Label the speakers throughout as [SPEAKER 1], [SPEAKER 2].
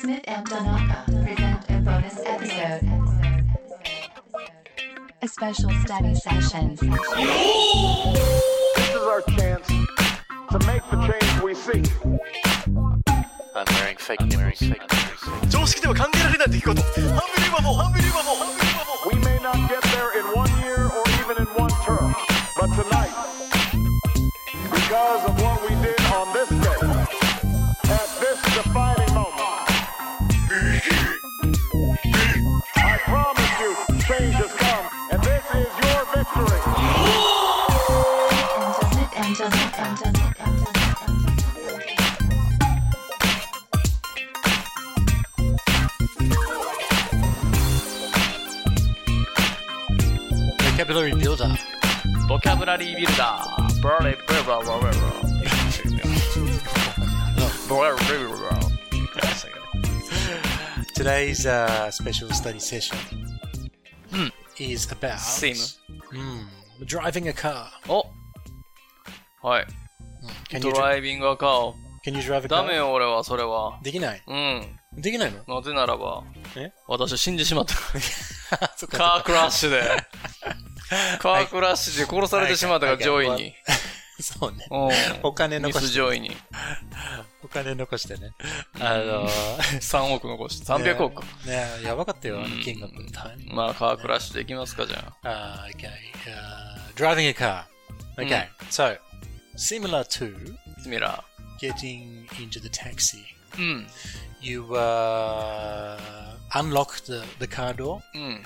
[SPEAKER 1] Smith and Donaka present a bonus episode. A special study session.
[SPEAKER 2] This is our chance to make the change we seek.
[SPEAKER 3] I'm wearing fake I'm wearing fake news.
[SPEAKER 4] 常識では考えられない出来事ハンビリバボーハンビリバボーハンビリバボー
[SPEAKER 2] We may not get there in one year or even in one term, but tonight, because of what we did on this day, at this defining moment, I promise you, change has come, and this is your victory.
[SPEAKER 1] Smith and Donaka.
[SPEAKER 3] Vocabulary builder.
[SPEAKER 5] ボキャブラリービルダー。ブラレブラブラブラブラ。ブラブラブラブラ。
[SPEAKER 3] Today's uh, special study session is about
[SPEAKER 5] Sim.
[SPEAKER 3] Mm, driving a car.
[SPEAKER 5] おはい。
[SPEAKER 3] Can
[SPEAKER 5] ド
[SPEAKER 3] you dri-
[SPEAKER 5] ライビングアカー。
[SPEAKER 3] can you drive a
[SPEAKER 5] ダメ
[SPEAKER 3] car?
[SPEAKER 5] よ、俺は、それは。
[SPEAKER 3] できない
[SPEAKER 5] うん。
[SPEAKER 3] できない の
[SPEAKER 5] なぜならば
[SPEAKER 3] え、
[SPEAKER 5] 私は死んでしまった。
[SPEAKER 3] そっか
[SPEAKER 5] カークラッシュで。カークラッシュで殺されてしまった
[SPEAKER 3] は
[SPEAKER 5] が、
[SPEAKER 3] い
[SPEAKER 5] 上位に。
[SPEAKER 3] そうね。
[SPEAKER 5] う
[SPEAKER 3] お金
[SPEAKER 5] ん。ミ
[SPEAKER 3] 残
[SPEAKER 5] ス
[SPEAKER 3] して、
[SPEAKER 5] 上位に。
[SPEAKER 3] お金残してね。あ のー、
[SPEAKER 5] 3億残して、300億か。
[SPEAKER 3] ねやばかったよ、あの
[SPEAKER 5] うん
[SPEAKER 3] 金額。大変
[SPEAKER 5] まあ、カークラッシュでいきますか、じゃあ。
[SPEAKER 3] Uh, okay. Uh, driving a car. Okay. So, similar to
[SPEAKER 5] ミラ
[SPEAKER 3] getting into the taxi,
[SPEAKER 5] ー。うん。
[SPEAKER 3] you uh, unlock the, the car door.
[SPEAKER 5] うん。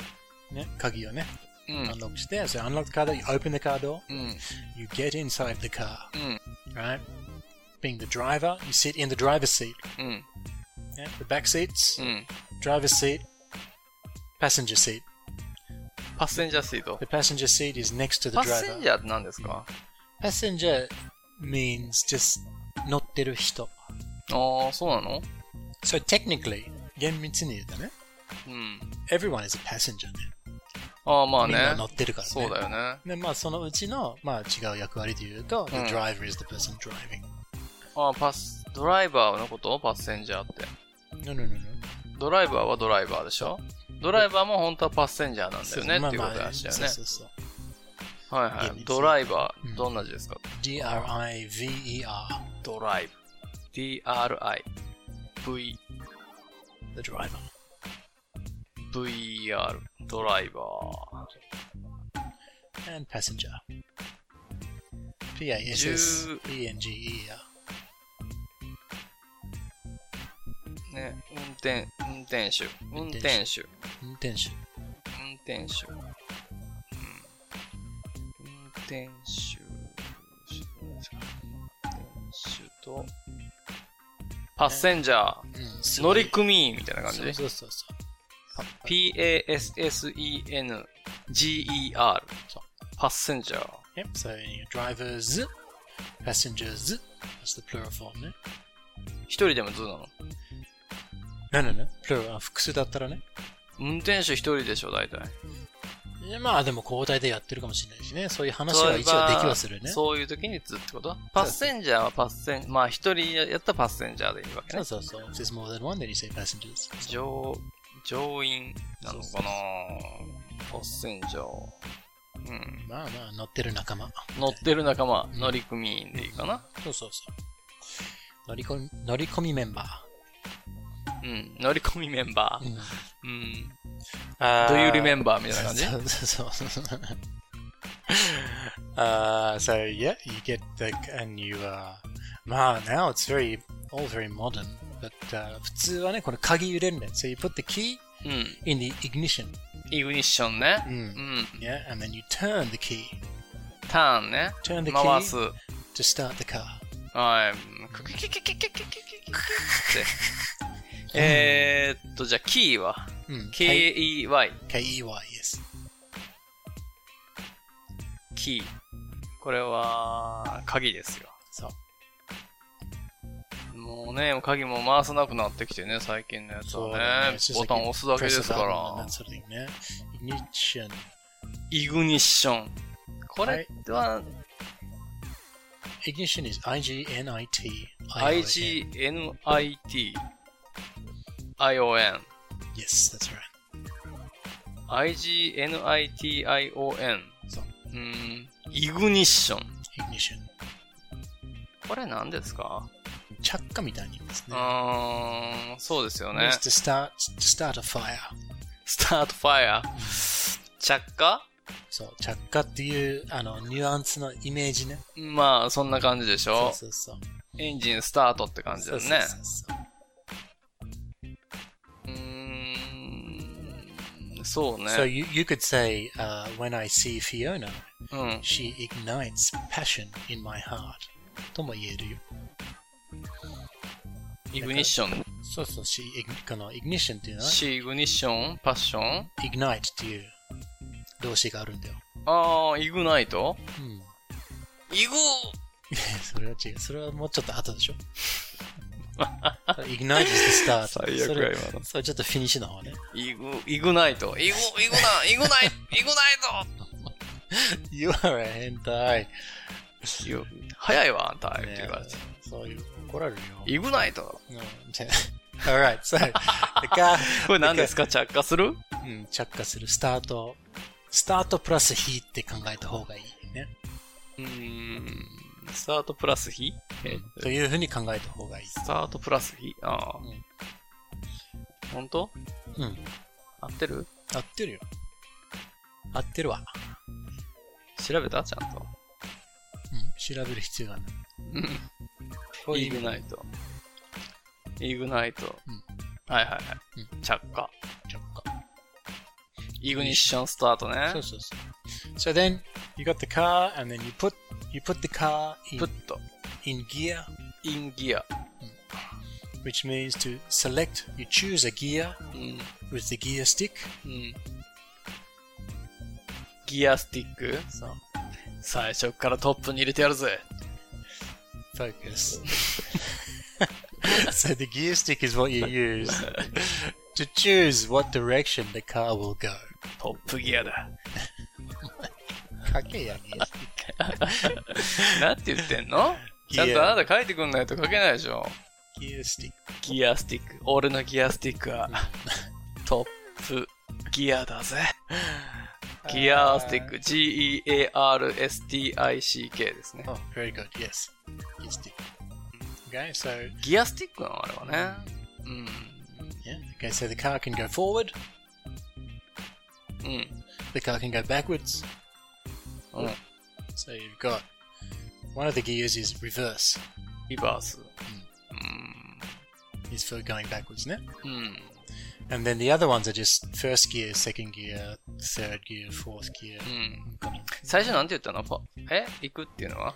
[SPEAKER 3] ね、鍵をね、
[SPEAKER 5] うん。
[SPEAKER 3] unlock して、so unlock the car door, you open the car door,
[SPEAKER 5] うん。
[SPEAKER 3] you get inside the car,
[SPEAKER 5] うん。
[SPEAKER 3] right? Being the driver, you sit in the driver's seat.
[SPEAKER 5] うん。
[SPEAKER 3] Yeah? The back seats,
[SPEAKER 5] うん。
[SPEAKER 3] driver's seat, passenger seat.
[SPEAKER 5] パッセンジャーシート
[SPEAKER 3] The。passenger seat is next to the
[SPEAKER 5] パッ
[SPEAKER 3] driver.
[SPEAKER 5] センジャーって何ですか
[SPEAKER 3] passenger means just 乗ってる人。
[SPEAKER 5] ああ、そうなの
[SPEAKER 3] So technically, 厳密に言うとね、
[SPEAKER 5] うん。
[SPEAKER 3] everyone is a passenger ね。
[SPEAKER 5] ああ、まあ
[SPEAKER 3] みんな
[SPEAKER 5] ね
[SPEAKER 3] 乗。ってるからね。
[SPEAKER 5] そうだよね。
[SPEAKER 3] で、まあそのうちの、まあ違う役割で言うと、the
[SPEAKER 5] うん
[SPEAKER 3] driver is the person driving.
[SPEAKER 5] ああ、パス、ドライバーのことをパッセンジャーって。
[SPEAKER 3] No, no, no, no.
[SPEAKER 5] ドライバーはドライバーでしょドライバーも本当はパッセンジャーなんだよねっていうことでしたよ
[SPEAKER 3] そう
[SPEAKER 5] ね。
[SPEAKER 3] そうそう。
[SPEAKER 5] はい
[SPEAKER 3] いや
[SPEAKER 5] は
[SPEAKER 3] 別に
[SPEAKER 5] い。ドライバ
[SPEAKER 3] うん
[SPEAKER 5] ー、どんな字ですか
[SPEAKER 3] E D-R-I-V-E-R,
[SPEAKER 5] ドライブ。DRI。V、
[SPEAKER 3] the driver.
[SPEAKER 5] VR。ドライバー。
[SPEAKER 3] And passenger. E P-A-S-S-E-N-G-E-R.
[SPEAKER 5] ね。運転、運転手。運
[SPEAKER 3] 転手
[SPEAKER 5] 転手。
[SPEAKER 3] 運転手。
[SPEAKER 5] 運転手。うん運転手。運転手と、パッセンジャー、
[SPEAKER 3] うん、すご
[SPEAKER 5] 乗
[SPEAKER 3] い
[SPEAKER 5] 組員みたいな感じ
[SPEAKER 3] そうそうそうそう。
[SPEAKER 5] ?PASSENGER。パッセンジャー。
[SPEAKER 3] Yep, so drivers, passengers, that's the plural form ね。
[SPEAKER 5] 一人でもずなの
[SPEAKER 3] No, no, no. plural, 複数だったらね。
[SPEAKER 5] 運転手一人でしょ、大体。
[SPEAKER 3] いやまあでも交代でやってるかもしれないしね。そういう話
[SPEAKER 5] ド
[SPEAKER 3] は
[SPEAKER 5] ライ
[SPEAKER 3] 一
[SPEAKER 5] バ
[SPEAKER 3] 応
[SPEAKER 5] ー
[SPEAKER 3] できはするね。そう
[SPEAKER 5] そういう時にずってことパッセンジャーはパッセン、まあ一人やったらパッセンジャーでいいわけね。
[SPEAKER 3] そうそう。If there's more than one, then you say passengers.
[SPEAKER 5] 乗、乗員なのかなパッセンジャー。うん。
[SPEAKER 3] まあまあ乗ってる仲間。
[SPEAKER 5] 乗ってる仲間、
[SPEAKER 3] ん
[SPEAKER 5] 乗組員でいいかな。
[SPEAKER 3] そうそうそう。乗り込み、乗り込みメンバ
[SPEAKER 5] うん。乗組メンバ
[SPEAKER 3] ー。
[SPEAKER 5] ー。
[SPEAKER 3] ん。
[SPEAKER 5] うん。
[SPEAKER 3] あ
[SPEAKER 5] どういうリメンバーみたいな感じ
[SPEAKER 3] そうそうそう。Uh, so yeah, you get like a new. Uh, まあ now it's very all very modern. But、uh, 普通はねこの鍵入れるね。So you put the key
[SPEAKER 5] うん。
[SPEAKER 3] in the ignition.
[SPEAKER 5] イグニッションね。
[SPEAKER 3] うん
[SPEAKER 5] うん。
[SPEAKER 3] Yeah, and then you turn the key
[SPEAKER 5] ターンね。
[SPEAKER 3] Turn the key.
[SPEAKER 5] 回す。
[SPEAKER 3] to start the car.
[SPEAKER 5] はい。クキキキキキキキキキキって。えーっと、じゃあ、キーは
[SPEAKER 3] うん。K Mm.
[SPEAKER 5] ?K-E-Y。
[SPEAKER 3] E Y yes.
[SPEAKER 5] キー。これは、鍵ですよ。
[SPEAKER 3] そう。
[SPEAKER 5] もうね、鍵も回さなくなってきてね、最近のやつはね。ボタン押すだけですか
[SPEAKER 3] That
[SPEAKER 5] ら。
[SPEAKER 3] sort of thing ね。ignition.
[SPEAKER 5] イグニッション。これは、
[SPEAKER 3] ignition is I-G-N-I-T.
[SPEAKER 5] IGNIT ION
[SPEAKER 3] Yes, that's right.
[SPEAKER 5] IGNIT ION
[SPEAKER 3] そう
[SPEAKER 5] うーんイグニッション
[SPEAKER 3] ignition。
[SPEAKER 5] これ何ですか
[SPEAKER 3] 着火みたいに言いますね。
[SPEAKER 5] うーんそうですよ
[SPEAKER 3] It
[SPEAKER 5] ね
[SPEAKER 3] means to start, to start a fire.
[SPEAKER 5] スタートファイア着火
[SPEAKER 3] そう、着火っていう、あの、ニュアンスのイメージね。
[SPEAKER 5] まあそんな感じでし
[SPEAKER 3] そ
[SPEAKER 5] ょ
[SPEAKER 3] うそうそう。
[SPEAKER 5] エンジンスタートって感じだ
[SPEAKER 3] そ
[SPEAKER 5] よ
[SPEAKER 3] う
[SPEAKER 5] ね
[SPEAKER 3] そうそ
[SPEAKER 5] う
[SPEAKER 3] う
[SPEAKER 5] ーんそう
[SPEAKER 3] So
[SPEAKER 5] ね
[SPEAKER 3] you, you could say, uh, when I see Fiona,
[SPEAKER 5] うん
[SPEAKER 3] she ignites passion in my heart. とも言えるよ。
[SPEAKER 5] イグニッション
[SPEAKER 3] そうそう、she, ign- この ignition っていうのは、
[SPEAKER 5] シイグニッションパッション
[SPEAKER 3] ignite っていう動詞があるんだよ。
[SPEAKER 5] ああイグナイト
[SPEAKER 3] うん。
[SPEAKER 5] イグ
[SPEAKER 3] それは違う。それはもうちょっと後 でしょ。ignite is the start.
[SPEAKER 5] 最悪や
[SPEAKER 3] それ
[SPEAKER 5] 今の
[SPEAKER 3] それちょっとフィニッシュの方ね。
[SPEAKER 5] イグイグナイトイグイグナイグナイイグナイ
[SPEAKER 3] You are a hentai.
[SPEAKER 5] トイグ早いわあんたって言われて
[SPEAKER 3] そういう、怒られるよ。
[SPEAKER 5] イグナイト
[SPEAKER 3] Alright, so, the hmm, car,
[SPEAKER 5] これ何ですか 着火する
[SPEAKER 3] うん、着火するスタート。スタートプラス火って考えた方がいいね。
[SPEAKER 5] うーんスタートプラス火え
[SPEAKER 3] というふうに考えた方がいい。
[SPEAKER 5] スタートプラス火ああ
[SPEAKER 3] うん
[SPEAKER 5] 本当
[SPEAKER 3] うん。
[SPEAKER 5] 合ってる
[SPEAKER 3] 合ってるよ。合ってるわ。
[SPEAKER 5] 調べたちゃ んと
[SPEAKER 3] うん、調べる必要がない。こういう
[SPEAKER 5] イグナイト。イグナイト。はいはいはい。着火。
[SPEAKER 3] 着火。
[SPEAKER 5] イグニッションスタートね
[SPEAKER 3] So,。so, so. So then you got the car, and then you put you put the car in,
[SPEAKER 5] プッと。
[SPEAKER 3] in gear,
[SPEAKER 5] インギア。
[SPEAKER 3] which means to select. You choose a gear
[SPEAKER 5] うん。
[SPEAKER 3] with the gear stick.
[SPEAKER 5] うん。ギアスティック
[SPEAKER 3] So
[SPEAKER 5] 最初からトップに入れてやるぜ。
[SPEAKER 3] focus. so the gear stick is what you use to choose what direction the car will go.
[SPEAKER 5] トップギア だ。
[SPEAKER 3] Kakeya gear stick.
[SPEAKER 5] なんて言ってんの
[SPEAKER 3] ギ
[SPEAKER 5] ち
[SPEAKER 3] ア
[SPEAKER 5] ゃんとあなた書いてくんないと書けないでしょ。
[SPEAKER 3] Gear stick.
[SPEAKER 5] ギアスティック。俺のギアスティックは、トップギアだぜ。ギアスティック。G-E-A-R-S-T-I-C-K ですね。
[SPEAKER 3] Oh, very good. Yes. Gear stick. Mm, Okay, so
[SPEAKER 5] ギアスティックなのあれはね。
[SPEAKER 3] yeah. Okay, so the car can go forward.
[SPEAKER 5] うん。
[SPEAKER 3] The car can go backwards.
[SPEAKER 5] うん。うん。
[SPEAKER 3] So you've got one of the gears is reverse,
[SPEAKER 5] リバース。
[SPEAKER 3] is for going backwards, isn't it?
[SPEAKER 5] うん。うん。
[SPEAKER 3] And then the other ones are just first gear, second gear, third gear, fourth gear.
[SPEAKER 5] うん。
[SPEAKER 3] Kind of
[SPEAKER 5] 最初なんて言ったのファえ行くっていうのは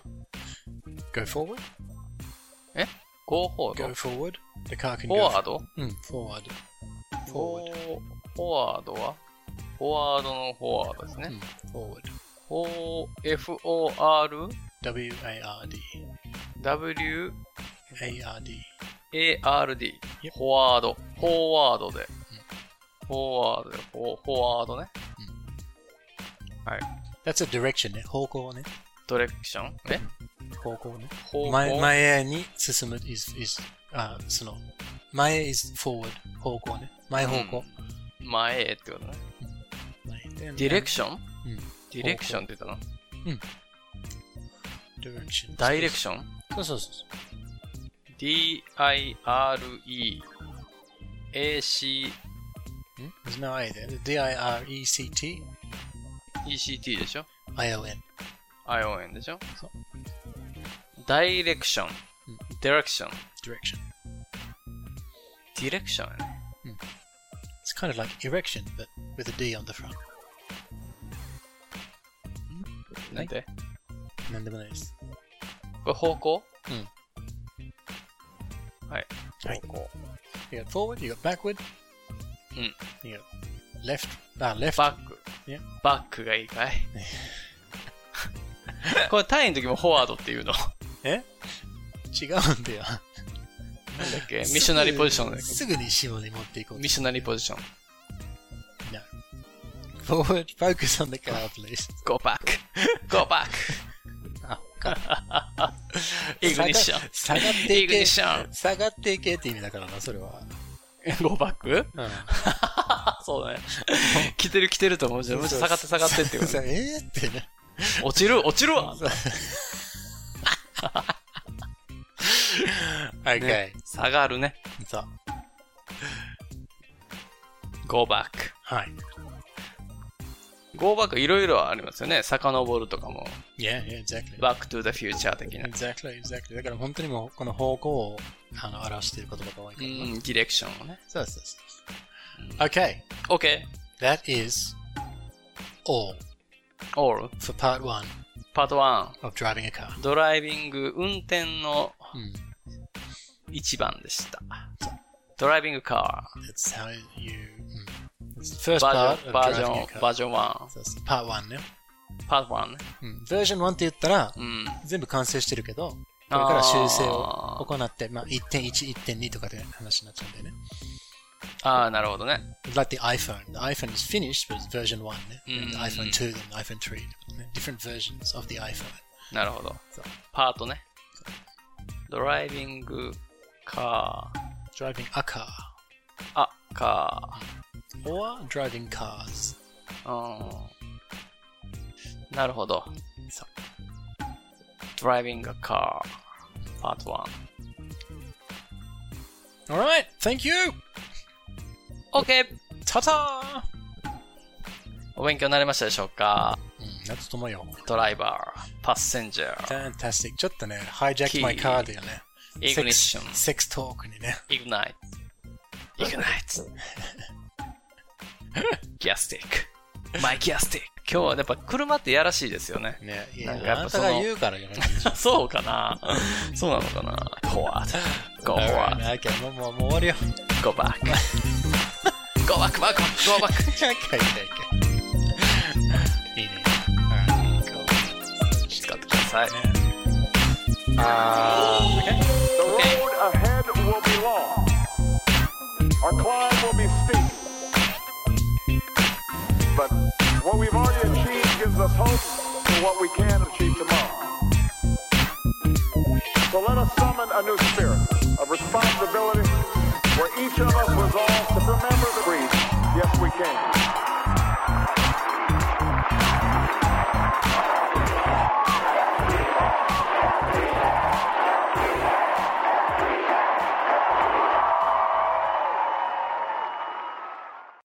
[SPEAKER 3] Go forward,
[SPEAKER 5] えゴーフォー
[SPEAKER 3] go
[SPEAKER 5] ド
[SPEAKER 3] forward. The car
[SPEAKER 5] フォ
[SPEAKER 3] can go
[SPEAKER 5] ワード
[SPEAKER 3] Mm, forward.
[SPEAKER 5] フ
[SPEAKER 3] Forward.
[SPEAKER 5] ォーフォワードはフォワードのフォワードですね。
[SPEAKER 3] Mm, forward.
[SPEAKER 5] フォー F-O-R
[SPEAKER 3] W A R D.
[SPEAKER 5] W
[SPEAKER 3] A R D.
[SPEAKER 5] ARD、
[SPEAKER 3] Yep
[SPEAKER 5] フォワード、フォーワードで、フォーワードで、フォーフォワードね、
[SPEAKER 3] That's a direction, eh? eh? 方向ね。
[SPEAKER 5] ドレクション、え
[SPEAKER 3] 方向ね。
[SPEAKER 5] 方向
[SPEAKER 3] 前-前に進む E is, is, uh, あ、その、前 is forward, eh? 方向ね。前方向。
[SPEAKER 5] 前へってことね。
[SPEAKER 3] 前。
[SPEAKER 5] ディレクション
[SPEAKER 3] うん
[SPEAKER 5] ディレクションって言ったの
[SPEAKER 3] direction.
[SPEAKER 5] ダイレクション
[SPEAKER 3] そうそうそう。
[SPEAKER 5] ?D-I-R-E-A-C
[SPEAKER 3] Hmm? There's no A there. D I R E C T
[SPEAKER 5] ECT でしょ
[SPEAKER 3] I O N.
[SPEAKER 5] ?ION でしょ
[SPEAKER 3] そう
[SPEAKER 5] ダイレクション
[SPEAKER 3] うん。
[SPEAKER 5] ディレクション。
[SPEAKER 3] Direction.
[SPEAKER 5] ディレクションやね。
[SPEAKER 3] It's kind of like erection, but with a D on the front.
[SPEAKER 5] なんで
[SPEAKER 3] なんでもないです。
[SPEAKER 5] これ方向
[SPEAKER 3] はい。You got forward, you got backward.
[SPEAKER 5] うん。
[SPEAKER 3] You got left. あ、left.
[SPEAKER 5] バック
[SPEAKER 3] いや。
[SPEAKER 5] バックがいいか いこれ単位の時もフォワードっていうの。
[SPEAKER 3] え違うんだよ。
[SPEAKER 5] なんだっけミッショナリーポジションだっけ
[SPEAKER 3] すぐに下に持っていこう
[SPEAKER 5] ミッショナリーポジション。
[SPEAKER 3] No. Forward, focus on the car, please.
[SPEAKER 5] Go back! Go back!
[SPEAKER 3] あ、か。
[SPEAKER 5] イグニッシ ョン。
[SPEAKER 3] 下が下がって
[SPEAKER 5] イ
[SPEAKER 3] い
[SPEAKER 5] グニッ
[SPEAKER 3] け。
[SPEAKER 5] ション。
[SPEAKER 3] 下がっていけって意味だからな、それは。
[SPEAKER 5] 5バック
[SPEAKER 3] うん。
[SPEAKER 5] そうだね。来てる来てると思う。じゃあむしろ下がって下がってっていう。
[SPEAKER 3] そうそうえーってね。
[SPEAKER 5] 落ちる落ちる わ
[SPEAKER 3] そうはい、
[SPEAKER 5] ね下がるね。
[SPEAKER 3] そう。
[SPEAKER 5] 5バック。
[SPEAKER 3] はい。
[SPEAKER 5] 5バックいろいろありますよね。遡るとかも。
[SPEAKER 3] Yeah, yeah, exactly.
[SPEAKER 5] バックトゥーザフューチャー的な。
[SPEAKER 3] Exactly, exactly. だから本当にもう、この方向をあの表している言葉が多いか
[SPEAKER 5] う
[SPEAKER 3] らな。
[SPEAKER 5] ん、ディレクションをね。
[SPEAKER 3] そうそうそう。Okay,
[SPEAKER 5] OK。
[SPEAKER 3] that is all
[SPEAKER 5] All。
[SPEAKER 3] for part one
[SPEAKER 5] パート1。
[SPEAKER 3] of driving a car.
[SPEAKER 5] ドライビング、運転の
[SPEAKER 3] うん
[SPEAKER 5] 一番でした。ドライビングカ
[SPEAKER 3] That's how you. うん It's the first
[SPEAKER 5] ー。バー
[SPEAKER 3] part
[SPEAKER 5] ジョ
[SPEAKER 3] of
[SPEAKER 5] ン、バージ
[SPEAKER 3] driving a
[SPEAKER 5] ョン、バー
[SPEAKER 3] car.
[SPEAKER 5] ジョン1。
[SPEAKER 3] そうそう part one ね。
[SPEAKER 5] パート1ね。
[SPEAKER 3] うんバージョン1って言ったら、
[SPEAKER 5] うん。
[SPEAKER 3] 全部完成してるけど、これから修正
[SPEAKER 5] あ
[SPEAKER 3] を
[SPEAKER 5] ー
[SPEAKER 3] 行って、まあ、1.1、1.2とかで話になっちゃうんだよね。
[SPEAKER 5] ああ、なるほどね。
[SPEAKER 3] Like the iPhone. The iPhone is finished, but it's version 1. ね
[SPEAKER 5] Mm.
[SPEAKER 3] The iPhone 2, then the iPhone 3. ね Different versions of the iPhone.
[SPEAKER 5] なるほど
[SPEAKER 3] そう。
[SPEAKER 5] パートね。ドライビングカ
[SPEAKER 3] Driving a car.
[SPEAKER 5] ー。あ、カ
[SPEAKER 3] Or driving cars.
[SPEAKER 5] ー。うん。なるほど。
[SPEAKER 3] そう
[SPEAKER 5] ドライビングカー。パート
[SPEAKER 3] Alright, thank you!
[SPEAKER 5] 1。OK!
[SPEAKER 3] Ta-ta!
[SPEAKER 5] お勉強になりましたでしょうか
[SPEAKER 3] うん、なったと思うよ。
[SPEAKER 5] ドライバー、パッセンジャー、
[SPEAKER 3] Fantastic. ちょっとね、hijack my
[SPEAKER 5] Key.
[SPEAKER 3] car だよね。
[SPEAKER 5] イグニッション、
[SPEAKER 3] セックストークにね。
[SPEAKER 5] イグナイト、イグナイト、ギアスティック、マイギアスティック。今日はやっぱ車ってやらしいですよね。
[SPEAKER 3] ね、い
[SPEAKER 5] なんか
[SPEAKER 3] や、
[SPEAKER 5] や
[SPEAKER 3] あ
[SPEAKER 5] っ
[SPEAKER 3] な
[SPEAKER 5] ぱそ
[SPEAKER 3] た
[SPEAKER 5] の
[SPEAKER 3] が言うからやめて
[SPEAKER 5] そうかなそうなのかな ?Go out, go
[SPEAKER 3] Alright,
[SPEAKER 5] out,
[SPEAKER 3] okay, もう、もう、もう終わるよ。
[SPEAKER 5] go back, go back, back, go back.
[SPEAKER 3] okay, okay, okay. いいね。Alright, go.
[SPEAKER 5] 使ってください。
[SPEAKER 2] The road ahead will be long. Our climb will be steep. But what we've already achieved gives us hope for what we can achieve tomorrow. So let us summon a new spirit of responsibility where each of us resolves to remember the creed, yes we can.